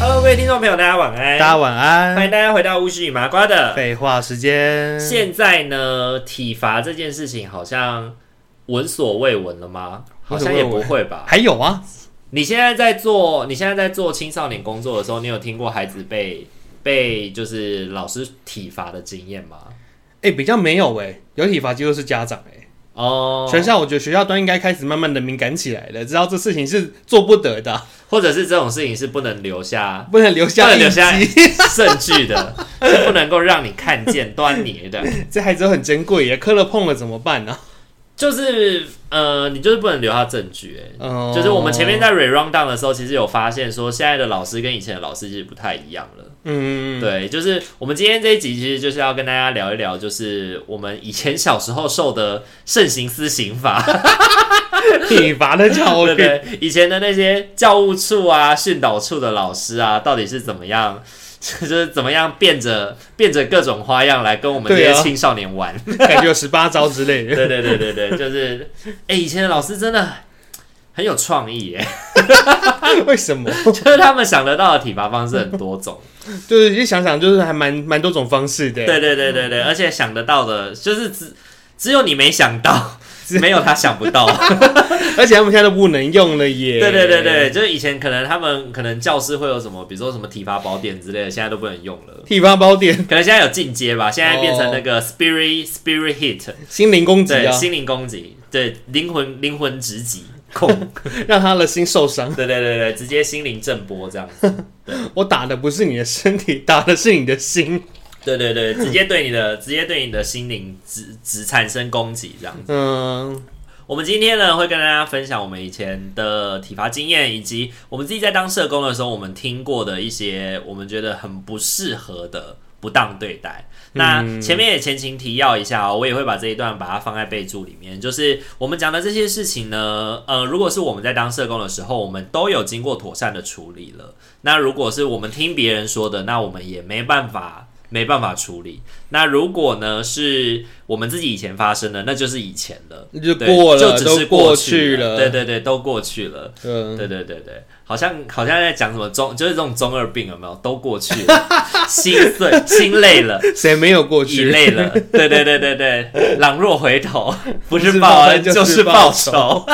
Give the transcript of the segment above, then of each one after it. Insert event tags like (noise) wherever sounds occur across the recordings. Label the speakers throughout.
Speaker 1: Hello，各位听众朋友，大家晚安。
Speaker 2: 大家晚
Speaker 1: 欢迎
Speaker 2: 安。
Speaker 1: 大家回到巫师与麻瓜的。
Speaker 2: 废话时间，
Speaker 1: 哎现在呢，体罚这件事情好像闻所未闻了吗？好像也不会吧。
Speaker 2: 还有啊，
Speaker 1: 你现在在做，你现在在做青少年工作的时候，你有听过孩子被被就是老师体罚的经验吗？
Speaker 2: 哎、比较没有哎、有体罚机构是家长哎、
Speaker 1: 哦、
Speaker 2: 学校我觉得学校端应该开始慢慢的敏感起来了，知道这事情是做不得的，啊
Speaker 1: 或者是这种事情是不能留 (laughs) 下
Speaker 2: 不能留
Speaker 1: 不
Speaker 2: 下
Speaker 1: 能留
Speaker 2: 印
Speaker 1: 下
Speaker 2: 记，
Speaker 1: 证据的，是不能够让你看见 (laughs) 端倪的。
Speaker 2: 这孩子很珍贵耶，磕了碰了怎么办啊呢、
Speaker 1: 就是呃，你就是不能留下证据、欸。
Speaker 2: 嗯
Speaker 1: 就是我们前面，在 re round down 的时候，其实有发现说，现在的老师跟以前的老师其实不太一样了。
Speaker 2: 嗯，
Speaker 1: 对，就是我们今天这一集，其实就是要跟大家聊一聊，就是我们以前小时候受的慎刑思刑
Speaker 2: (laughs)
Speaker 1: 法， (laughs)
Speaker 2: 嗯体罚的教
Speaker 1: 对不
Speaker 2: 育，
Speaker 1: 对？以前的那些教务处啊、训导处的老师啊，到底是怎么样， (laughs) 就是怎么样变着变着各种花样来跟我们这
Speaker 2: 对
Speaker 1: 些
Speaker 2: 啊
Speaker 1: 青少年
Speaker 2: (laughs)
Speaker 1: 玩。
Speaker 2: 感觉有十八招之类的。
Speaker 1: 对对对对对，就是，哎、以前的老师真的很有创意，哎，
Speaker 2: (laughs) 为什么？
Speaker 1: (laughs) 就是他们想得到的体罚方式很多
Speaker 2: (laughs)
Speaker 1: 种。
Speaker 2: 就是一想想，就是还蛮蛮多种方式的。欸
Speaker 1: 对对对对对，而且想得到的，就是只只有你没想到，没有他想不到。
Speaker 2: 而且他们现在都不能用了
Speaker 1: (laughs)
Speaker 2: 耶。
Speaker 1: 对对对，对，就是以前可能他们可能教师会有什么，比如说什么体罚宝典之类的，现在都不能用了。
Speaker 2: 体罚宝典、
Speaker 1: 可能现在有进阶吧，现在变成
Speaker 2: 哦
Speaker 1: 那个 spirit spirit hit，
Speaker 2: 心灵攻击
Speaker 1: 对，
Speaker 2: 啊，
Speaker 1: 心灵攻击，对，灵魂灵魂直击
Speaker 2: (laughs)
Speaker 1: 控，
Speaker 2: 让他的心受伤。
Speaker 1: 对对对对，直接心灵震波这样子。
Speaker 2: 我打的不是你的身体，打的是你的心。
Speaker 1: 对对对，直接对你的直接对你的心灵只只产生攻击这样。
Speaker 2: 嗯，
Speaker 1: 我们今天呢会跟大家分享我们以前的体罚经验，以及我们自己在当社工的时候，我们听过的一些我们觉得很不适合的不当对待。那前面也前情提要一下哦，我也会把这一段把它放在备注里面。就是我们讲的这些事情呢，呃，如果是我们在当社工的时候，我们都有经过妥善的处理了。那如果是我们听别人说的，那我们也没办法。没办法处理。那如果呢，是我们自己以前发生的，那就是以前了。
Speaker 2: 就
Speaker 1: 对
Speaker 2: 过
Speaker 1: 就
Speaker 2: 了，
Speaker 1: 只
Speaker 2: 都
Speaker 1: 是过
Speaker 2: 去
Speaker 1: 了，
Speaker 2: 了。
Speaker 1: 对对对，都过去了，
Speaker 2: 嗯，
Speaker 1: 对对对对，好像好像在讲什么中，就是这种中二病有没有？都过去
Speaker 2: (laughs)
Speaker 1: 了，心碎，心累了，
Speaker 2: 谁没有过
Speaker 1: 已
Speaker 2: 去？
Speaker 1: 累了，对对对对对，狼若回头，不
Speaker 2: 不
Speaker 1: 是
Speaker 2: 是
Speaker 1: 报
Speaker 2: 报
Speaker 1: 恩
Speaker 2: 恩就是报
Speaker 1: 报仇。 (laughs)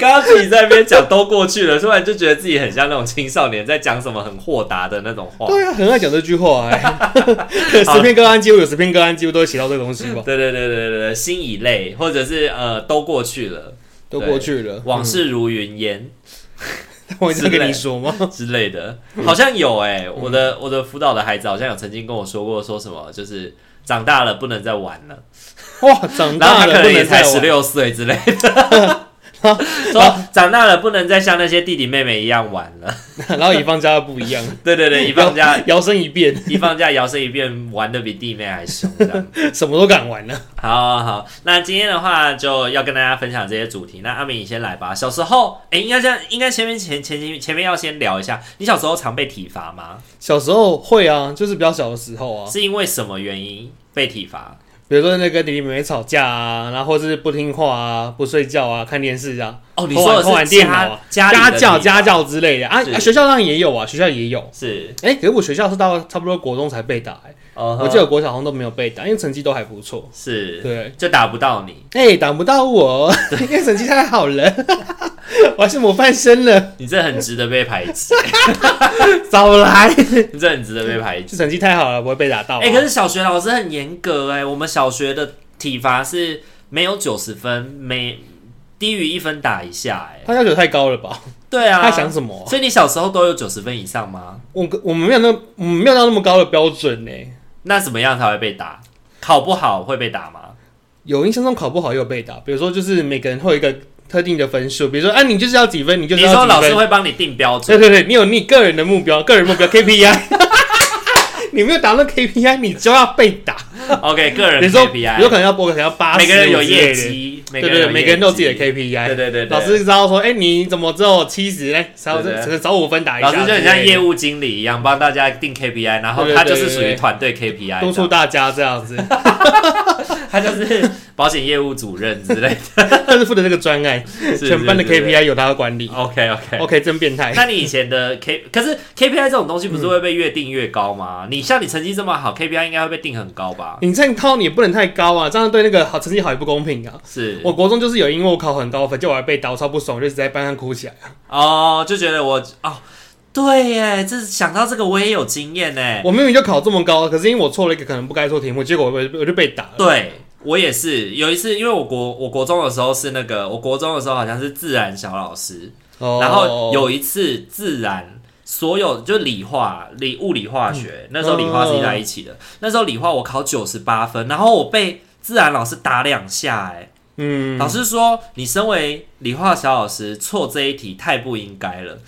Speaker 1: 刚刚自己在那边讲都过去了，突然就觉得自己很像那种青少年在讲什么很豁达的那种话。
Speaker 2: 对啊，很爱讲这句话
Speaker 1: (laughs)
Speaker 2: 哎。十篇个案几乎有十篇个案几乎都会写到这个东西吧，
Speaker 1: 对对对对对对，心已累，或者是呃都过去了，
Speaker 2: 都过去了。
Speaker 1: 往事如云烟。
Speaker 2: 我一直在跟你说吗？
Speaker 1: 之类的，
Speaker 2: 嗯
Speaker 1: 好像有哎、我的我的辅导的孩子好像有曾经跟我说过，说什么就是长大了不能再玩了，
Speaker 2: 哇，长
Speaker 1: 然后他
Speaker 2: 大
Speaker 1: 可
Speaker 2: 了不
Speaker 1: 能也
Speaker 2: 能
Speaker 1: 才
Speaker 2: 再
Speaker 1: 十
Speaker 2: 玩。
Speaker 1: 六岁之类的，
Speaker 2: (laughs)
Speaker 1: 说长大了不能再像那些弟弟妹妹一样玩了。
Speaker 2: 然后乙方家的不一样，
Speaker 1: 对对对，一放假
Speaker 2: 摇身一变，
Speaker 1: 一放假摇身一变，玩的比弟妹还凶这样。 (laughs)
Speaker 2: 什么都敢玩了。
Speaker 1: 好好好，那今天的话就要跟大家分享这些主题。那阿明你先来吧。小时候，哎、应该这样，应该前面前前前前面要先聊一下，你小时候常被体罚吗？
Speaker 2: 小时候会啊，就是比较小的时候啊，
Speaker 1: 是因为什么原因被体罚？
Speaker 2: 比如说那个弟弟妹妹吵架啊，然后或是不听话啊、不睡觉啊、看电视啊、
Speaker 1: 哦，你
Speaker 2: 偷
Speaker 1: 说
Speaker 2: 玩
Speaker 1: 的
Speaker 2: 偷玩
Speaker 1: 是
Speaker 2: 电脑
Speaker 1: 家家
Speaker 2: 啊、
Speaker 1: 里
Speaker 2: 家
Speaker 1: 的
Speaker 2: 教、
Speaker 1: 地
Speaker 2: 家
Speaker 1: 方
Speaker 2: 教之类的啊
Speaker 1: 是
Speaker 2: 啊学校当然也有啊，学校也有。
Speaker 1: 是
Speaker 2: 哎、可是我学校是到差不多国中才被打、欸
Speaker 1: 哦，
Speaker 2: 我记得我国小好像都没有被打，因为成绩都还不错。
Speaker 1: 是
Speaker 2: 对，
Speaker 1: 就打不到你，
Speaker 2: 哎、打不到我，因为成绩太好了，我还是模范生了，
Speaker 1: 你这很值得被排
Speaker 2: (laughs)
Speaker 1: 挤，
Speaker 2: 早来，
Speaker 1: 你这很值得被排挤。
Speaker 2: 就成绩太好了，不会被打到、啊。
Speaker 1: 哎、可是小学老师很严格哎、我们小学的体罚是没有九十分，每低于一分打一下哎、
Speaker 2: 他要求太高了吧？
Speaker 1: 对啊，
Speaker 2: 他想什么啊、
Speaker 1: 所以你小时候都有九十分以上吗？
Speaker 2: 我我们没有那我们没有到那么高的标准呢、
Speaker 1: 那怎么样才会被打？考不好会被打吗？
Speaker 2: 有印象中考不好也有被打，比如说就是每个人会有一个特定的分数，比如说啊，你就是要几分，你就是
Speaker 1: 你
Speaker 2: 要
Speaker 1: 说
Speaker 2: 几
Speaker 1: 老师
Speaker 2: 分。
Speaker 1: 会帮你定标
Speaker 2: 对
Speaker 1: 准，
Speaker 2: 对对，你有你个人的目标，个人目标 KPI，你没有达到 KPI，你就要被打。
Speaker 1: OK，个人
Speaker 2: 你说，比
Speaker 1: KPI，
Speaker 2: 如可能要我可能要八十，
Speaker 1: 每个人有业，绩，每
Speaker 2: 对
Speaker 1: 个
Speaker 2: 对，
Speaker 1: 人
Speaker 2: 每个人都有自己的
Speaker 1: 业绩
Speaker 2: KPI。
Speaker 1: 对对对，对
Speaker 2: 老师知道说，哎、你怎么只有七十嘞？少
Speaker 1: 对对
Speaker 2: 只少五分打一下
Speaker 1: 老
Speaker 2: 之
Speaker 1: 师
Speaker 2: 类的，
Speaker 1: 就很像业务经理一样，帮大家定 KPI，然后
Speaker 2: 对对
Speaker 1: 他就
Speaker 2: 对
Speaker 1: 是
Speaker 2: 对
Speaker 1: 属于
Speaker 2: 对
Speaker 1: 团队 KPI，
Speaker 2: 督
Speaker 1: 你知
Speaker 2: 促
Speaker 1: 道吗
Speaker 2: 大家这样
Speaker 1: (laughs)
Speaker 2: 子，(laughs)
Speaker 1: 他就是保险业务主任之
Speaker 2: (laughs)
Speaker 1: 类
Speaker 2: 他是负责这个专案，
Speaker 1: 的，
Speaker 2: 全班的 KPI 由他管理。
Speaker 1: OK OK。
Speaker 2: OK，真变态。
Speaker 1: 那你以前的 K，可是 KPI 这种东西不是会被越定越高吗？你像你成绩这么好，KPI 应该会被定很高吧？
Speaker 2: 啊你这样高你也不能太高啊，这样对那个好成绩好也不公平啊。
Speaker 1: 是
Speaker 2: 我国中就是有因为我考很高分，结果我还被打，我超不爽，我就一直在班上哭起来。
Speaker 1: 哦，就觉得我哦，对耶，这想到这个我也有经验呢。
Speaker 2: (laughs) 我明明就考这么高，可是因为我错了一个可能不该错题目，结果我被我就被打了。
Speaker 1: 对我也是，有一次，因为我国我国中的时候是那个，我国中的时候好像是自然小老师，
Speaker 2: 哦
Speaker 1: 然后有一次自然，所有就理化、理物理化
Speaker 2: 嗯
Speaker 1: 学，那时候理化是在一起
Speaker 2: 哦
Speaker 1: 的。那时候理化我考九十八分，然后我被自然老师打两下、哎、
Speaker 2: 嗯，
Speaker 1: 老师说你身为理化小老师错这一题太不应该了。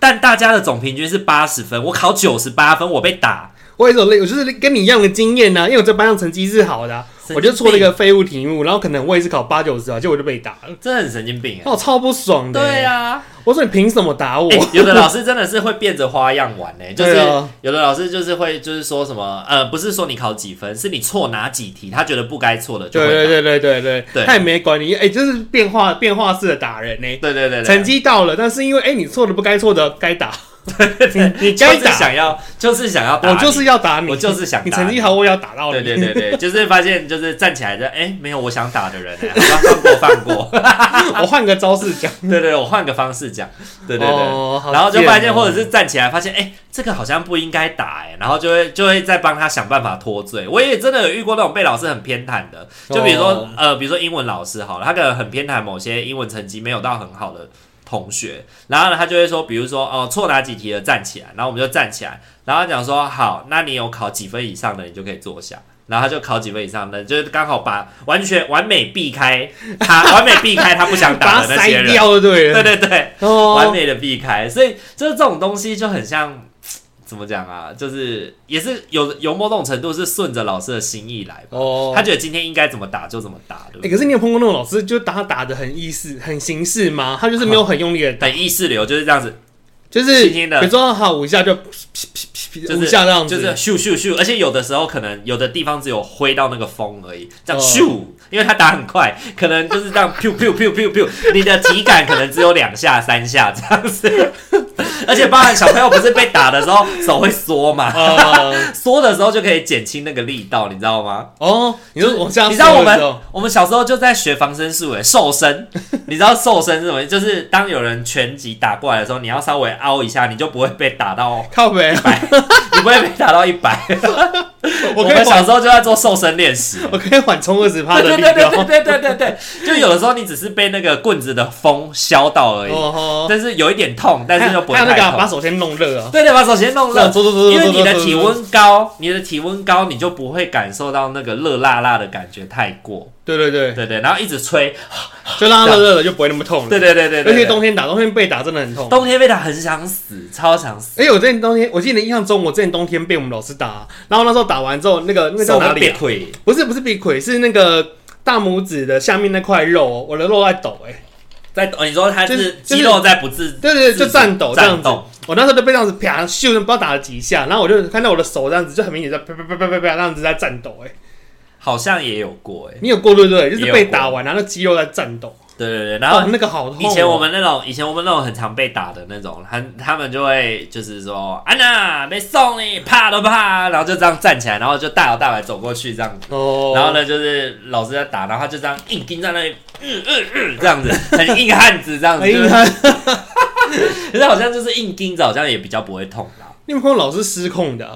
Speaker 1: 但大家的总平均是八十分，我考九十八分，我被打，
Speaker 2: 我也是有类，我就是跟你一样的经验啊呐、因为我在班上成绩是好的啊、
Speaker 1: 神经病
Speaker 2: 我就错了一个废物题目，然后可能我也是考八九十啊，结果我就被打了，
Speaker 1: 真的很神经病、哎
Speaker 2: 那我超不爽的、
Speaker 1: 对、啊，
Speaker 2: 我说你凭什么打我？
Speaker 1: 哎有的老师真的是会变着花样玩
Speaker 2: (laughs)
Speaker 1: 呢、哎就是
Speaker 2: 对啊
Speaker 1: 有的老师就是会，就是说什么，呃，不是说你考几分，是你错哪几题，他觉得不该错的就
Speaker 2: 对
Speaker 1: 会
Speaker 2: 对
Speaker 1: 打。
Speaker 2: 对对对对，
Speaker 1: 对
Speaker 2: 他也没管你，哎、就是变化变化式的打人呢、
Speaker 1: 对对对对，
Speaker 2: 成绩到了，但是因为哎、你错的不该错的该打， (laughs) 你你该
Speaker 1: 就是
Speaker 2: 打，
Speaker 1: 想要，就是想要打
Speaker 2: 我
Speaker 1: 你，
Speaker 2: 就是要打你，
Speaker 1: 我就是想打
Speaker 2: 你成绩好，我也要打到你。
Speaker 1: 对对对对， (laughs) 就是发现就是站起来的，哎，没有我想打的人哎，好吧放过放过， (laughs)
Speaker 2: (laughs) 我换个招式讲，
Speaker 1: 对对，我换个方式讲，对对对。
Speaker 2: 哦、好
Speaker 1: 然后就发
Speaker 2: 贱
Speaker 1: 现，
Speaker 2: 哦
Speaker 1: 或者是站起来发现，哎，这个好像不应该打，哎，然后就会就会再帮他想办法脱罪。我也真的有遇过那种被老师很偏袒的，就比如说
Speaker 2: 哦
Speaker 1: 呃，比如说英文老师好了，他可能很偏袒某些英文成绩没有到很好的同学，然后呢，他就会说，比如说哦，错哪几题了，站起来，然后我们就站起来，然后他讲说好，那你有考几分以上的，你就可以坐下。然后他就考几分以上的，就是刚好把完全完美避开他，完美避开他不想打
Speaker 2: 把
Speaker 1: 的
Speaker 2: 它
Speaker 1: 那些
Speaker 2: (laughs) 筛
Speaker 1: 人，
Speaker 2: 掉就对
Speaker 1: 对
Speaker 2: 了。
Speaker 1: 对对，完
Speaker 2: 哦，
Speaker 1: 美的避开，所以就是这种东西就很像怎么讲啊，就是也是有有某种程度是顺着老师的心意来吧。
Speaker 2: 哦
Speaker 1: 他觉得今天应该怎么打就怎么打，对不
Speaker 2: 欸，
Speaker 1: 对？
Speaker 2: 可是你有碰过那种老师，就打打的很意识、很形式吗？他就是没有很用力的打，
Speaker 1: 等意识流就是这样子，
Speaker 2: 就是
Speaker 1: 嗯轻轻地
Speaker 2: 比如说好五下就噗噗噗
Speaker 1: 就
Speaker 2: 噗
Speaker 1: 是
Speaker 2: 噗五下这样
Speaker 1: 就是
Speaker 2: (laughs) 子，
Speaker 1: 咻咻咻，而且有的时候可能有的地方只有挥到那个风而已，这样
Speaker 2: 哦
Speaker 1: 咻，因为他打很快，可能就是这样 (laughs) ，pew pew pew pew pew，你的体感可能只有两下三下这样子， (laughs) 而且包含小朋友不是被打的时候手会缩嘛，
Speaker 2: 呃，
Speaker 1: 缩的时候就可以减轻那个力道，你知道吗？
Speaker 2: 哦，你说往下
Speaker 1: 你知道我
Speaker 2: 缩的时
Speaker 1: 们
Speaker 2: 候
Speaker 1: 我们小时候就在学防身术诶，瘦
Speaker 2: (laughs)
Speaker 1: 身。你知道瘦身是什么？就是当有人拳击打过来的时候，你要稍微凹一下，你就不会被打
Speaker 2: (laughs)
Speaker 1: 到，(laughs)
Speaker 2: 靠北，
Speaker 1: 你不会被打到一百。
Speaker 2: 我可
Speaker 1: 们
Speaker 2: 以
Speaker 1: 小
Speaker 2: 缓，
Speaker 1: 时候就在做瘦身练
Speaker 2: (laughs)
Speaker 1: 习。
Speaker 2: 我可以缓冲二十趴
Speaker 1: 对
Speaker 2: 的
Speaker 1: 对对
Speaker 2: 力
Speaker 1: 对
Speaker 2: 道
Speaker 1: 对，对对对对，就有的时候你只是被那个棍子的风削到而已，
Speaker 2: 哦吼，
Speaker 1: 但是有一点痛，但是又不会
Speaker 2: 还有那
Speaker 1: 太
Speaker 2: 个啊把
Speaker 1: 痛。
Speaker 2: 手先弄热啊，
Speaker 1: 对对，把手先弄
Speaker 2: 这 (laughs) 样
Speaker 1: 热，
Speaker 2: 搓搓搓搓
Speaker 1: 因为
Speaker 2: 搓搓
Speaker 1: 你的
Speaker 2: 搓
Speaker 1: 体，温高，你的体温高，你就不会感受到那个热辣辣的感觉太过。
Speaker 2: 对对对，
Speaker 1: 对对，然后一直吹，
Speaker 2: 就让它热热的就不会那么痛了
Speaker 1: 对。对对对对，
Speaker 2: 而且
Speaker 1: 对
Speaker 2: 冬天打，冬天被打真的很痛。
Speaker 1: 冬天被打很想死，超想死，
Speaker 2: 而且我之前冬天，我记得印象中，我之前冬天被我们老师打，然后那时候打完之后，那个那个叫
Speaker 1: 手
Speaker 2: 哪
Speaker 1: 会
Speaker 2: 里啊
Speaker 1: 变？溃。
Speaker 2: 不是不是鼻盔，是那个大拇指的下面那块肉，我的肉在抖哎、
Speaker 1: 在哦你说他
Speaker 2: 就是是
Speaker 1: 肌肉在不自，
Speaker 2: 对对对，就
Speaker 1: 自
Speaker 2: 颤抖这样
Speaker 1: 颤
Speaker 2: 子。
Speaker 1: 动，
Speaker 2: 我那时候就被这样子啪咻，不知道打了几下，然后我就看到我的手这样子，就很明显在啪啪啪啪啪啪那样子在颤抖哎、
Speaker 1: 好像也有过哎。
Speaker 2: 你有过对不对？就是
Speaker 1: 也有
Speaker 2: 被
Speaker 1: 过
Speaker 2: 打完，然后那肌肉在颤抖，
Speaker 1: 对对对，然
Speaker 2: 然后、
Speaker 1: 后
Speaker 2: 那个好痛哦、
Speaker 1: 以前我们那种，以前我们那种很常被打的那种，他他们就会就是说安娜被送你，怕都怕，然后就这样站起来，然后就大摇大摆走过去这样子。
Speaker 2: 哦，
Speaker 1: 然后？呢，就是老师在打，然后他就这样硬盯在那里，嗯嗯嗯，这样子，很硬汉子这
Speaker 2: (laughs)
Speaker 1: 样子。
Speaker 2: 哎
Speaker 1: 就是
Speaker 2: 呀，
Speaker 1: 可是好像就是硬盯着，好像也比较不会痛啦。
Speaker 2: 你有没有老师失控的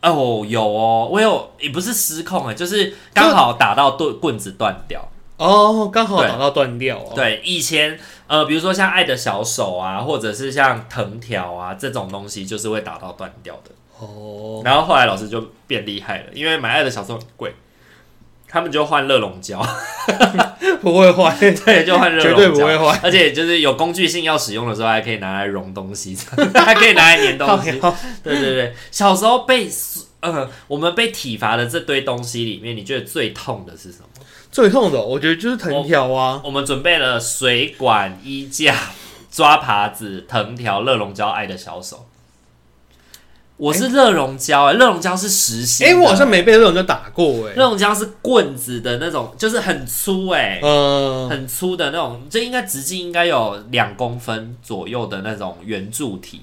Speaker 2: 啊、
Speaker 1: 哦，有哦，我有，也不是失控哎、就是刚好打到盾棍子断掉。
Speaker 2: 哦，刚好
Speaker 1: 对
Speaker 2: 打到断掉哦。
Speaker 1: 对，以前呃，比如说像爱的小手啊，或者是像藤条啊这种东西，就是会打到断掉的。
Speaker 2: 哦，
Speaker 1: 然后后来老师
Speaker 2: (laughs)
Speaker 1: 就变厉害了，因为买爱的小手很贵，他们就换热熔胶，
Speaker 2: 不会坏，
Speaker 1: (laughs) 对，就换热
Speaker 2: 绝
Speaker 1: 熔
Speaker 2: 对不会
Speaker 1: 胶
Speaker 2: 坏。
Speaker 1: 而且就是有工具性要使用的时候，还可以拿来融东西， (laughs) 还可以拿来粘东西。
Speaker 2: 靠腰
Speaker 1: 对对对，小时候被呃，我们被体罚的这堆东西里面，你觉得最痛的是什么？
Speaker 2: 最痛的，我觉得就是藤条啊，
Speaker 1: 我们准备了水管、衣架、抓耙子、藤条、热熔胶、爱的小手。我是热熔胶、欸，热熔胶是实心
Speaker 2: 哎、
Speaker 1: 的。
Speaker 2: 我好像没被这种就打过哎、
Speaker 1: 热熔胶是棍子的那种，就是很粗哎、
Speaker 2: 嗯、
Speaker 1: 很粗的那种，这应该直径应该有两公分左右的那种圆柱体，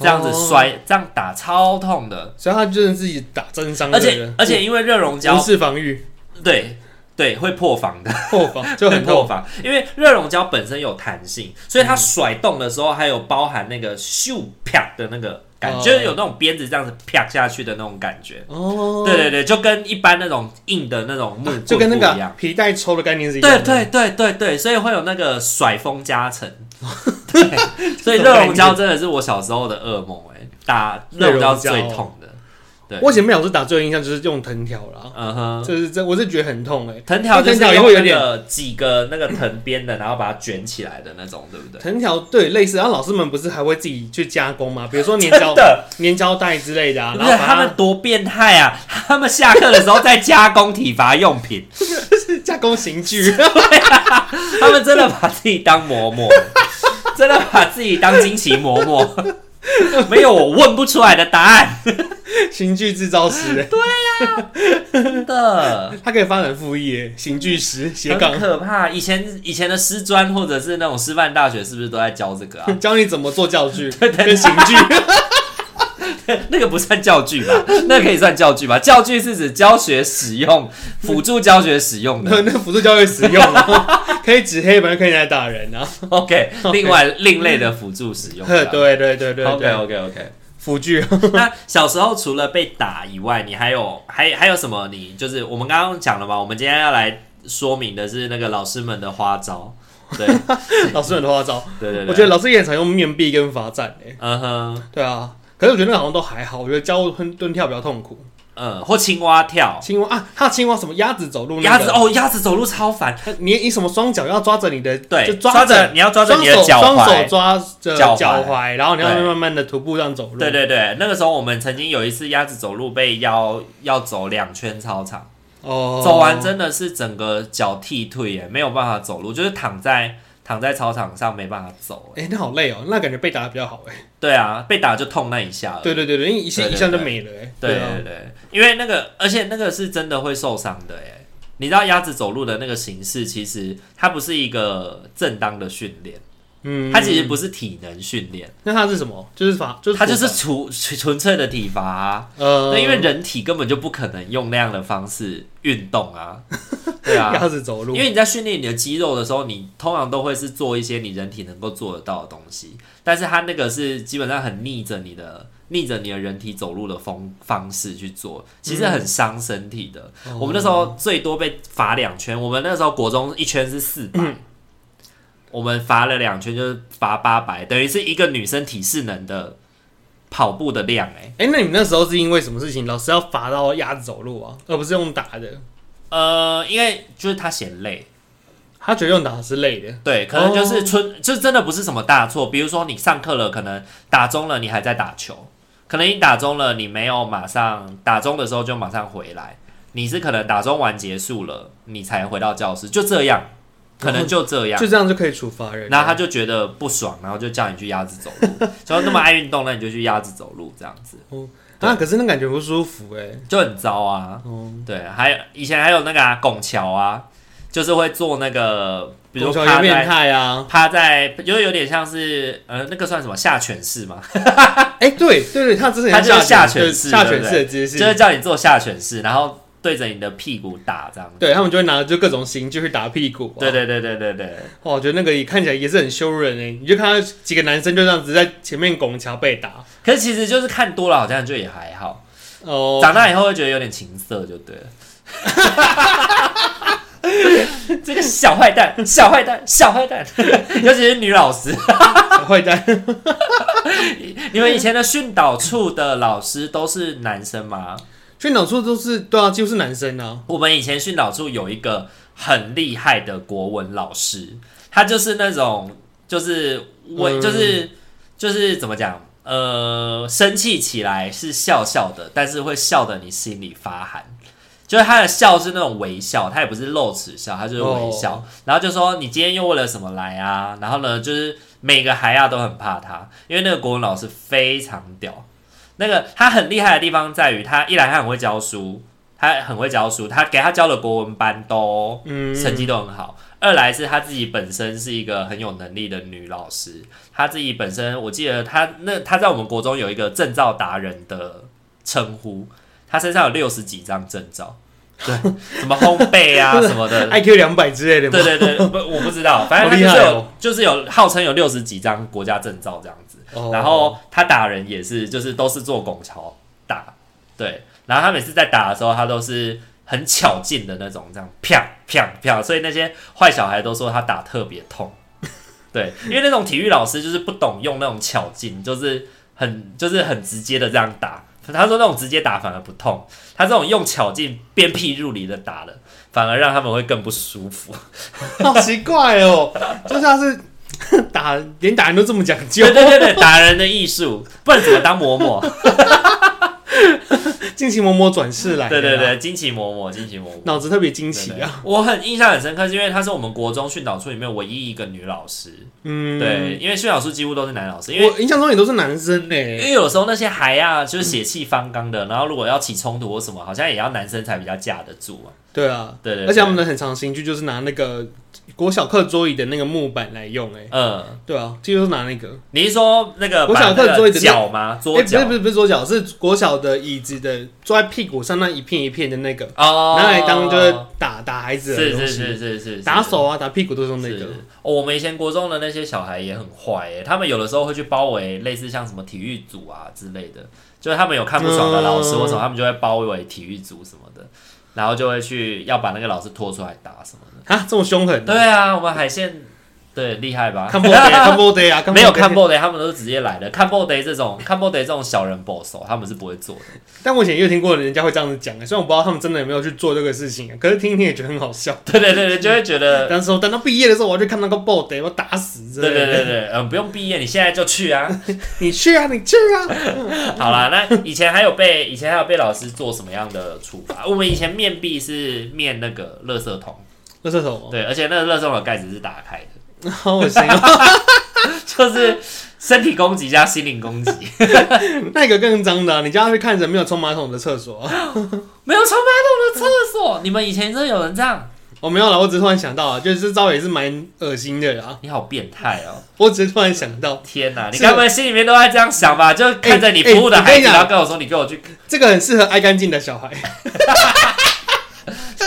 Speaker 1: 这样子摔，
Speaker 2: 哦
Speaker 1: 这样打超痛的。
Speaker 2: 所以他就是自己打真伤
Speaker 1: 而
Speaker 2: 的
Speaker 1: 且
Speaker 2: 人，
Speaker 1: 而且因为热熔
Speaker 2: 不
Speaker 1: 胶，
Speaker 2: 是防御
Speaker 1: 对对，会破防的。
Speaker 2: 破
Speaker 1: (laughs)
Speaker 2: 防就很
Speaker 1: 很破
Speaker 2: 痛，
Speaker 1: 防，因为热熔胶本身有弹性，所
Speaker 2: 嗯
Speaker 1: 以它甩动的时候还有包含那个咻啪的那个感觉，
Speaker 2: 哦
Speaker 1: 就是有那种鞭子这样子啪下去的那种感觉。
Speaker 2: 哦，
Speaker 1: 对对对，就跟一般那种硬的那种木棍
Speaker 2: 就跟那
Speaker 1: 不一
Speaker 2: 个
Speaker 1: 样。
Speaker 2: 皮带抽的概念是一样
Speaker 1: 对对
Speaker 2: 的，
Speaker 1: 对对对，所以会有那个甩风加
Speaker 2: (laughs)
Speaker 1: 成。对，所以热熔胶真的是我小时候的噩梦哎、打热熔胶最痛的。对
Speaker 2: 哦我以前被老师打最有印象就是用藤条啦，
Speaker 1: 嗯哼，
Speaker 2: 就是这我是觉得很痛哎、
Speaker 1: 藤条就是
Speaker 2: 藤条也
Speaker 1: 用
Speaker 2: 会有
Speaker 1: 那
Speaker 2: 点
Speaker 1: 个几个那个藤编的，然后把它卷起来的那种，对不对？
Speaker 2: 藤条对类似，然后老师们不是还会自己去加工吗？比如说粘
Speaker 1: 真、
Speaker 2: 胶
Speaker 1: 的，
Speaker 2: 粘胶带之类的啊，
Speaker 1: 不
Speaker 2: 然
Speaker 1: 是
Speaker 2: 后把
Speaker 1: 他们多变态啊！ (laughs) 他们下课的时候在加工体罚用
Speaker 2: (laughs)
Speaker 1: 品，
Speaker 2: 它加工刑具，
Speaker 1: 他们真的把自己当嬷嬷，真的把自己当惊奇嬷
Speaker 2: (laughs)
Speaker 1: 嬷，没有我问不出来的答案，
Speaker 2: (laughs) 刑具制造师、欸，
Speaker 1: 真的
Speaker 2: 他可以发展副业、欸，刑具师斜杠
Speaker 1: 很。 (laughs) 可怕。以前以前的师专或者是那种师范大学，是不是都在教这个啊？ (laughs)
Speaker 2: 教你怎么做教具跟刑具，
Speaker 1: 那个不算教具
Speaker 2: (laughs)
Speaker 1: 吧？那可以算教具吧？教具是指教学使用、辅助教学使用的
Speaker 2: (laughs) 那。那辅助教育使用啊， (laughs) 可以指黑板，可以拿来打人啊。 (laughs)
Speaker 1: OK，另外另类的辅助使用
Speaker 2: 呵
Speaker 1: 的。
Speaker 2: (laughs) 对对对对
Speaker 1: ，OK
Speaker 2: 对，
Speaker 1: OK OK。
Speaker 2: 辅具。 (laughs)
Speaker 1: (laughs) 那小时候除了被打以外，你还有还还有什么你？就是我们刚刚讲了嘛，我们今天要来说明的是那个老师们的花招。
Speaker 2: (laughs)
Speaker 1: 对
Speaker 2: 老师很多花招，
Speaker 1: 对对对，
Speaker 2: 我觉得老师也很常用面壁跟罚站诶。
Speaker 1: 嗯哼
Speaker 2: 对啊，可是我觉得那好像都还好，我觉得教蹲蹲跳比较痛苦。
Speaker 1: 嗯，或青蛙跳，
Speaker 2: 青蛙啊，他青蛙什么鸭子走路那
Speaker 1: 鸭
Speaker 2: 个
Speaker 1: 子，哦，鸭子走路超烦，
Speaker 2: 你你什么双脚要抓着你的，
Speaker 1: 对
Speaker 2: 就
Speaker 1: 抓着
Speaker 2: 着
Speaker 1: 你要抓着你的
Speaker 2: 双手
Speaker 1: 脚踝
Speaker 2: 双手抓着
Speaker 1: 脚踝
Speaker 2: 脚踝，然后你要
Speaker 1: 对
Speaker 2: 慢慢的徒步这样走路。
Speaker 1: 对对对，那个时候我们曾经有一次鸭子走路被邀要走两圈操场，
Speaker 2: 哦，
Speaker 1: 走完真的是整个脚踢退耶，没有办法走路，就是躺在躺在操场上没办法走耶。
Speaker 2: 哎，那好累哦，那感觉被打的比较好哎。
Speaker 1: 对啊，被打就痛那一下而已。
Speaker 2: 对对对对，因为一下
Speaker 1: 呃对对
Speaker 2: 一下就
Speaker 1: 对
Speaker 2: 没了哎。
Speaker 1: 对
Speaker 2: 啊
Speaker 1: 对对，因为那个，而且那个是真的会受伤的哎。你知道鸭子走路的那个形式，其实它不是一个正当的训练，
Speaker 2: 嗯，
Speaker 1: 它其实不是体能训练，
Speaker 2: 那它是什么？就是法，就是
Speaker 1: 它就是
Speaker 2: 处
Speaker 1: 纯 (laughs) 纯粹的体罚、啊。
Speaker 2: 罚呃，
Speaker 1: 那因为人体根本就不可能用那样的方式运动啊，对
Speaker 2: (laughs)
Speaker 1: 啊。
Speaker 2: 鸭子走路，
Speaker 1: 因为你在训练你的肌肉的时候，你通常都会是做一些你人体能够做得到的东西，但是它那个是基本上很逆着你的逆着你的人体走路的风方式去做，其实很伤身体的。
Speaker 2: 哦
Speaker 1: 我们那时候最多被罚两圈，我们那时候国中一圈是四百、我们罚了两圈就是罚八百，等于是一个女生体适能的跑步的量哎、
Speaker 2: 哎、那你们那时候是因为什么事情，老师要罚到鸭子走路啊，而不是用打的？
Speaker 1: 呃，因为就是她嫌累，
Speaker 2: 他觉得用打是累的，
Speaker 1: 对，可能就是春，就真的不是什么大错。比如说你上课了，可能打中了，你还在打球，可能你打中了，你没有马上打中的时候就马上回来，你是可能打中完结束了，你才回到教室，就这样，可能哦就这样。
Speaker 2: 就这样就可以处罚人。
Speaker 1: 然后他就觉得不爽，然后就叫你去鸭子走路。然后那么爱运动，那你就去鸭子走路，这样子
Speaker 2: 啊，可是那感觉不舒服哎、
Speaker 1: 就很糟啊。
Speaker 2: 哦，
Speaker 1: 对，还有以前还有那个、啊、拱桥啊，就是会做那个，比如说
Speaker 2: 说
Speaker 1: 趴在
Speaker 2: 变态啊，
Speaker 1: 趴在，就是有点像是呃，那个算什么下犬式吗？
Speaker 2: 哎、对对对，他之前
Speaker 1: 他就是
Speaker 2: 下
Speaker 1: 下犬式
Speaker 2: 对下
Speaker 1: 对
Speaker 2: 犬
Speaker 1: 不
Speaker 2: 式
Speaker 1: 对
Speaker 2: 的姿
Speaker 1: 就
Speaker 2: 势
Speaker 1: 是，叫你做下犬式，然后对着你的屁股打这样。
Speaker 2: 对他们就会拿就各种刑具去打屁股、啊。
Speaker 1: 对对对对对对，
Speaker 2: 哇，我觉得那个也看起来也是很羞人哎、你就看到几个男生就这样子在前面拱桥被打，
Speaker 1: 可是其实就是看多了，好像就也还好。
Speaker 2: 哦，
Speaker 1: (laughs) 长大以后会觉得有点情色，就对了。 (laughs) 这个小坏蛋，小坏蛋，小坏蛋， (laughs) 尤其是女老师，
Speaker 2: 坏蛋，
Speaker 1: 你们以前的训导处的老师都是男生吗？
Speaker 2: 训导处都是对啊，几乎是男生啊。
Speaker 1: 我们以前训导处有一个很厉害的国文老师，他就是那种就是我、就是就是怎么讲？呃，生气起来是笑笑的，但是会笑得你心里发寒。就是他的笑是那种微笑，他也不是露齿笑，他就是微笑。然后就说你今天又为了什么来啊？然后呢，就是每个孩亚都很怕他，因为那个国文老师非常屌。那个他很厉害的地方在于，他一来他很会教书，他很会教书，他给他教的国文班都
Speaker 2: 嗯，
Speaker 1: 成绩都很好。二来是她自己本身是一个很有能力的女老师，她自己本身我记得她那她在我们国中有一个证照达人的称呼，她身上有六十几张证
Speaker 2: (laughs)
Speaker 1: 照，对，什么烘焙啊什么的，
Speaker 2: IQ 两百之类的
Speaker 1: 对
Speaker 2: 吗？
Speaker 1: 对对，不我不知道，反正她
Speaker 2: 好厉
Speaker 1: 就是
Speaker 2: 害
Speaker 1: 有、
Speaker 2: 哦
Speaker 1: 就是有号称有六十几张国家证照这样子。
Speaker 2: 哦
Speaker 1: 然后他打人也是，就是都是做拱桥打，对。然后他每次在打的时候，他都是很巧劲的那种，这样啪啪啪，所以那些坏小孩都说他打特别痛。 (laughs) 对，因为那种体育老师就是不懂用那种巧劲，就是很就是很直接的这样打。他说那种直接打反而不痛，他这种用巧劲鞭辟入里的打了，反而让他们会更不舒服。
Speaker 2: (laughs) 好奇怪哦，就是他是打连打人都这么讲究
Speaker 1: (laughs) 对，
Speaker 2: (laughs)
Speaker 1: 对对对，打人的艺术，不然怎么当嬷 (laughs) 嬷？
Speaker 2: 惊奇嬷嬷转世来的
Speaker 1: 对
Speaker 2: 啦，
Speaker 1: 对对，惊奇嬷嬷，惊奇嬷嬷。
Speaker 2: 脑子特别惊奇
Speaker 1: 对
Speaker 2: 啊，！
Speaker 1: 对我很印象很深刻，是因为她是我们国中训导处里面唯一一个女老师。
Speaker 2: 嗯，
Speaker 1: 对，因为训导处几乎都是男老师，因为
Speaker 2: 我印象中也都是男生欸呢、
Speaker 1: 因为有时候那些孩啊，就是血气方刚的，然后如果要起冲突或什么，好像也要男生才比较架得住嘛。
Speaker 2: 对啊，
Speaker 1: 对对对
Speaker 2: 而且他们的很长刑具就是拿那个国小课桌椅的那个木板来用、哎，
Speaker 1: 嗯，
Speaker 2: 对啊，几乎都是拿那个，
Speaker 1: 你是说那个
Speaker 2: 我
Speaker 1: 把
Speaker 2: 想看
Speaker 1: 那
Speaker 2: 桌
Speaker 1: 个
Speaker 2: 椅的那
Speaker 1: 脚吗？桌
Speaker 2: 哎、不
Speaker 1: 脚
Speaker 2: 是不是不是桌脚，是国小的椅子的坐在屁股上那一片一片的那个，
Speaker 1: 哦，
Speaker 2: 拿来当就是打打孩子的
Speaker 1: 是
Speaker 2: 东西，
Speaker 1: 是是是是是
Speaker 2: 打手啊打屁股都是用那
Speaker 1: 是
Speaker 2: 个，
Speaker 1: 哦，我们以前国中的那些小孩也很坏诶、他们有的时候会去包围类似像什么体育组啊之类的，就是他们有看不爽的老师
Speaker 2: 嗯
Speaker 1: 或什么，他们就会包围体育组什么的，然后就会去要把那个老师拖出来打什么的。
Speaker 2: 啊，这么凶狠、
Speaker 1: 对啊，我们海鲜对厉害吧？(laughs)
Speaker 2: 看 b o 看 b o d 啊，看 Bold
Speaker 1: 没有看 b o day，他们都是直接来的。看 b o day 这种看 b o day 这种小人 boss，他们是不会做的。 (laughs)
Speaker 2: 但我以前也有听过人家会这样子讲、哎，虽然我不知道他们真的有没有去做这个事情、啊可是听一听也觉得很好笑。
Speaker 1: 对对对对，就会觉得
Speaker 2: 但是我等到毕业的时候，我要去看那个 b o d 我打死之类
Speaker 1: 对
Speaker 2: 的。
Speaker 1: 对对对，嗯，不用毕业，你现在就去啊。
Speaker 2: 你去啊，你去啊！
Speaker 1: (laughs)
Speaker 2: (laughs)
Speaker 1: 好啦，那以前还有被以前还有被老师做什么样的处罚？我们以前面壁是面那个垃圾桶，
Speaker 2: 那射手， (laughs)
Speaker 1: 对，而且那个垃圾桶的盖子是打开的， (laughs)
Speaker 2: 好恶心哦。
Speaker 1: 就是身体攻击加心灵攻击，
Speaker 2: 那个更脏的啊、你叫他去看着没有冲马桶的厕所。
Speaker 1: (laughs)
Speaker 2: (laughs)
Speaker 1: 没有冲马桶的厕所。你们以前真的有人这样？
Speaker 2: 我、哦没有了，我只是突然想到啊，就是这招也是蛮恶心的啦。
Speaker 1: 你好变态哦！
Speaker 2: 我只是突然想到，
Speaker 1: (laughs) 天哪，你
Speaker 2: 是的
Speaker 1: 该不会心里面都在这样想吧？就看着你
Speaker 2: 哎哎
Speaker 1: 服务的孩
Speaker 2: 我跟
Speaker 1: 子，
Speaker 2: 你讲
Speaker 1: 然后跟我说你跟我去，
Speaker 2: 这个很适合爱干净的小孩。 (laughs)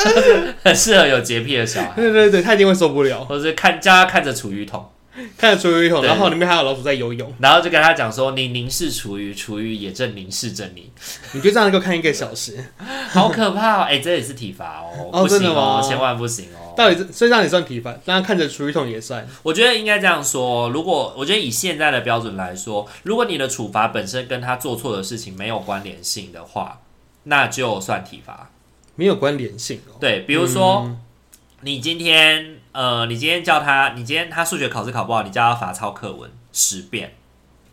Speaker 1: (laughs) 很适合有洁癖的小孩，
Speaker 2: 对对对，他一定会受不了。
Speaker 1: 或者是看叫他看着厨余桶，
Speaker 2: 看着厨余桶，
Speaker 1: 对
Speaker 2: 然后里面还有老鼠在游泳，
Speaker 1: 然后就跟他讲说你凝视厨余，厨余也正凝视着你。
Speaker 2: 你就这样能够看一个小时，
Speaker 1: (laughs) 好可怕哦！哎、这也是体罚哦，
Speaker 2: 哦
Speaker 1: 不行
Speaker 2: 真的
Speaker 1: 哦
Speaker 2: 吗，
Speaker 1: 千万不行哦。
Speaker 2: 到底是所以让你算体罚，让他看着厨余桶也算。
Speaker 1: 我觉得应该这样说，如果我觉得以现在的标准来说，如果你的处罚本身跟他做错的事情没有关联性的话，那就算体罚。
Speaker 2: 没有关联性哦。
Speaker 1: 对，比如说、你今天呃，你今天叫他，你今天他数学考试考不好，你叫他罚抄课文十遍，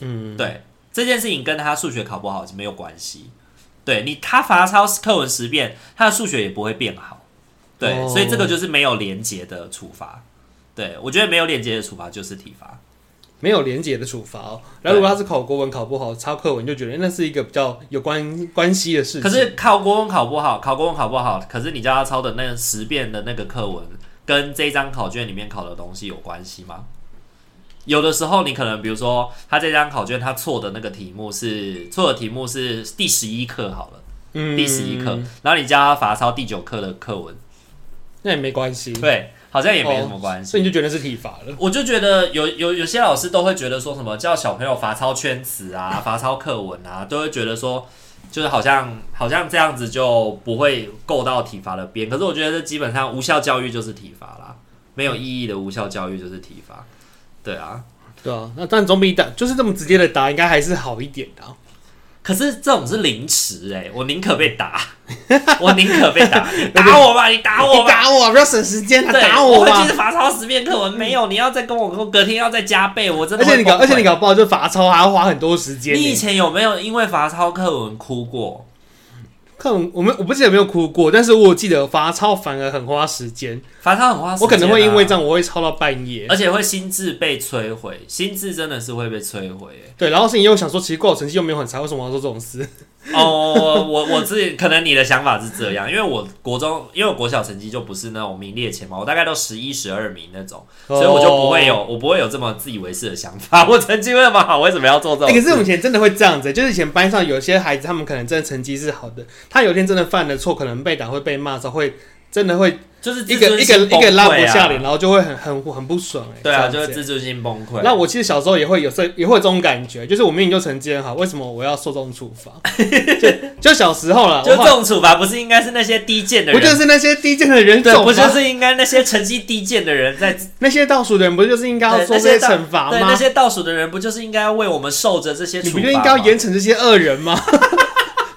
Speaker 2: 嗯，
Speaker 1: 对这件事情跟他数学考不好没有关系。对你，他罚抄课文十遍，他的数学也不会变好。对，
Speaker 2: 哦
Speaker 1: 所以这个就是没有连结的处罚。对我觉得没有连结的处罚就是体罚。
Speaker 2: 没有连结的处罚哦。然后如果他是考国文考不好，抄课文就觉得那是一个比较有关关系的事情。
Speaker 1: 可是考国文考不好，考国文考不好，可是你叫他抄的那个十遍的那个课文，跟这张考卷里面考的东西有关系吗？有的时候你可能比如说他这张考卷他错的那个题目是错的题目是第十一课好了。
Speaker 2: 嗯
Speaker 1: 第十一课，然后你叫他罚抄第九课的课文，
Speaker 2: 那也没关系，
Speaker 1: 对，好像也没什么关
Speaker 2: 哦所
Speaker 1: 系。
Speaker 2: 以你就觉得是体罚了。
Speaker 1: 我就觉得有有有些老师都会觉得说什么叫小朋友罚抄圈词啊、罚抄课文啊，都会觉得说就是好像好像这样子就不会够到体罚的边。可是我觉得这基本上无效教育就是体罚啦，没有意义的无效教育就是体罚。对啊，
Speaker 2: 对啊，那但总比打就是这么直接的打，应该还是好一点的啊、
Speaker 1: 欸可是这种是凌迟哎、我宁可被打。 (laughs) 我宁可被打，
Speaker 2: (laughs)
Speaker 1: 你打我吧，你打啊我
Speaker 2: 你
Speaker 1: 吧。
Speaker 2: 打我，不要省时间啊，
Speaker 1: 对，
Speaker 2: 打
Speaker 1: 我会
Speaker 2: 吧
Speaker 1: 记！得罚抄十遍课文，没有，你要再跟我说，隔天要再加倍，我真的
Speaker 2: 而
Speaker 1: 会
Speaker 2: 且你搞，
Speaker 1: 崩
Speaker 2: 而
Speaker 1: 溃
Speaker 2: 且你搞不好就罚抄还要花很多时间呢。欸
Speaker 1: 你以前有没有因为罚抄课文哭过？
Speaker 2: 课文，我们我不记得有没有哭过，但是我记得罚抄反而很花时间，
Speaker 1: 罚抄很花时间、啊
Speaker 2: 我可能会因为这，样我会抄到半夜。
Speaker 1: 而且会心智被摧毁，心智真的是会被摧毁。欸
Speaker 2: 对，然后是你又想说，其实过好成绩又没有很差，为什么我要做这种事？
Speaker 1: 哦，我我我自己可能你的想法是这样，因为我国中，因为我国小成绩就不是那种名列前茅，我大概都十一、十二名那种， (laughs) 所以我就不会
Speaker 2: 哦
Speaker 1: 有，我不会有这么自以为是的想法。 (laughs) 我成绩那么好，为什么要做这
Speaker 2: 哎、
Speaker 1: 种
Speaker 2: 可是我
Speaker 1: 事？
Speaker 2: 们以前真的会这样子、就是以前班上有些孩子，他们可能真的成绩是好的，他有一天真的犯了错，可能被打会被骂，的时候会真的会
Speaker 1: 就是
Speaker 2: 一
Speaker 1: 自
Speaker 2: 个
Speaker 1: 尊
Speaker 2: 一个
Speaker 1: 心崩
Speaker 2: 一
Speaker 1: 溃啊
Speaker 2: 个拉不下脸，，然后就会很很很不爽、哎，
Speaker 1: 对啊，
Speaker 2: 这
Speaker 1: 就
Speaker 2: 样
Speaker 1: 是
Speaker 2: 子
Speaker 1: 自尊心崩溃。
Speaker 2: 那我其实小时候也会有这也会有这种感觉，就是我明明就成绩很好，为什么我要受这种
Speaker 1: (laughs)
Speaker 2: 处罚？就就小时候了，
Speaker 1: 就
Speaker 2: 我
Speaker 1: 这
Speaker 2: 后
Speaker 1: 种处罚，不是应该是那些低贱的
Speaker 2: 不就
Speaker 1: 人？
Speaker 2: 是那些低贱的人
Speaker 1: 对，
Speaker 2: 种
Speaker 1: 不
Speaker 2: 吗？
Speaker 1: 就是应该那些成绩低贱的人在
Speaker 2: 那些倒数的人，不就是应该要
Speaker 1: 对
Speaker 2: 做
Speaker 1: 那
Speaker 2: 这
Speaker 1: 些
Speaker 2: 些惩罚
Speaker 1: 对那
Speaker 2: 吗？
Speaker 1: 些倒数的人，不就是应该为我们受着这些
Speaker 2: 你
Speaker 1: 处罚
Speaker 2: 不
Speaker 1: 吗？
Speaker 2: 就应该要严惩这些恶人吗？ (laughs)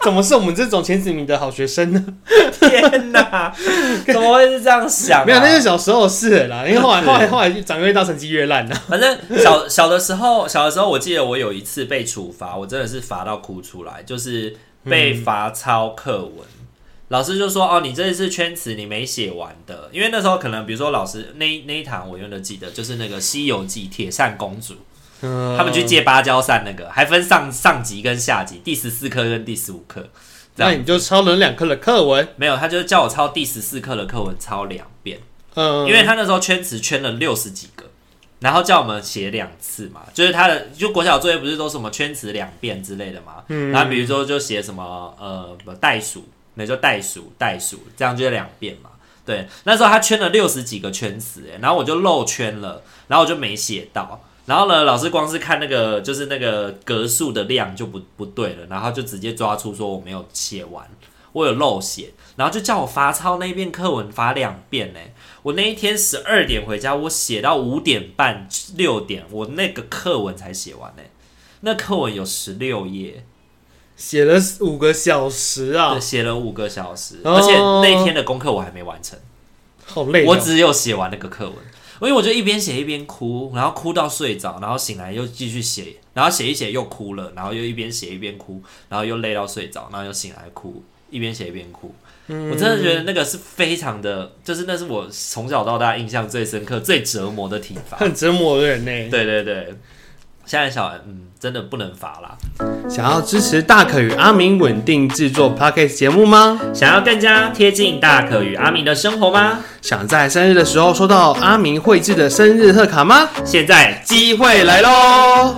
Speaker 2: 怎么是我们这种前几名的好学生呢？
Speaker 1: 天哪，
Speaker 2: (laughs)
Speaker 1: 怎么会是这样想、啊？
Speaker 2: 没有，那是小时候的事啦。因为后来
Speaker 1: 是
Speaker 2: 后来后来就长越大，成绩越烂了。
Speaker 1: 反正小小的时候，小的时候，我记得我有一次被处罚，我真的是罚到哭出来，就是被罚抄课文。老师就说：“哦，你这一次圈词你没写完的，因为那时候可能比如说老师那那一堂我永远都记得，就是那个《西游记》铁扇公主，
Speaker 2: 嗯
Speaker 1: 他们去，借芭蕉扇那个，还分上上集跟下集，第十四课跟第十五课，这
Speaker 2: 那
Speaker 1: 样
Speaker 2: 你就抄了两课的课文，
Speaker 1: 没有，他就叫我抄第十四课的课文抄两遍。”
Speaker 2: 嗯，
Speaker 1: 因为他那时候圈词圈了六十几个，然后叫我们写两次嘛，就是他的就国小作业不是都什么圈词两遍之类的嘛，
Speaker 2: 嗯
Speaker 1: 然后比如说就写什么呃不袋鼠，那就袋鼠袋鼠，这样就是两遍嘛。对，那时候他圈了六十几个圈词，哎，然后我就漏圈了，然后我就没写到。然后呢，老师光是看那个就是那个格数的量就不不对了，然后就直接抓出说我没有写完，我有漏写，然后就叫我罚抄那篇课文罚两遍欸呢。我那一天十二点回家，我写到五点半六点，我那个课文才写完呢。那课文有十六页，
Speaker 2: 写了五个小时啊
Speaker 1: 对，，写了五个小时，
Speaker 2: 哦
Speaker 1: 而且那天的功课我还没完成，
Speaker 2: 好累哦。
Speaker 1: 我只有写完那个课文，因为我就一边写一边哭，然后哭到睡着，然后醒来又继续写，然后写一写又哭了，然后又一边写一边哭，然后又累到睡着，然后又醒来哭，一边写一边哭。我真的觉得那个是非常的，就是那是我从小到大印象最深刻、最折磨的体罚。
Speaker 2: (laughs) 很折磨人呢、
Speaker 1: 对对对，现在小孩嗯，真的不能罚啦。
Speaker 2: 想要支持大可与阿明稳定制作 podcast 节目吗？
Speaker 1: 想要更加贴近大可与阿明的生活吗？
Speaker 2: 想在生日的时候收到阿明绘制的生日贺卡吗？
Speaker 1: 现在
Speaker 2: 机会来喽！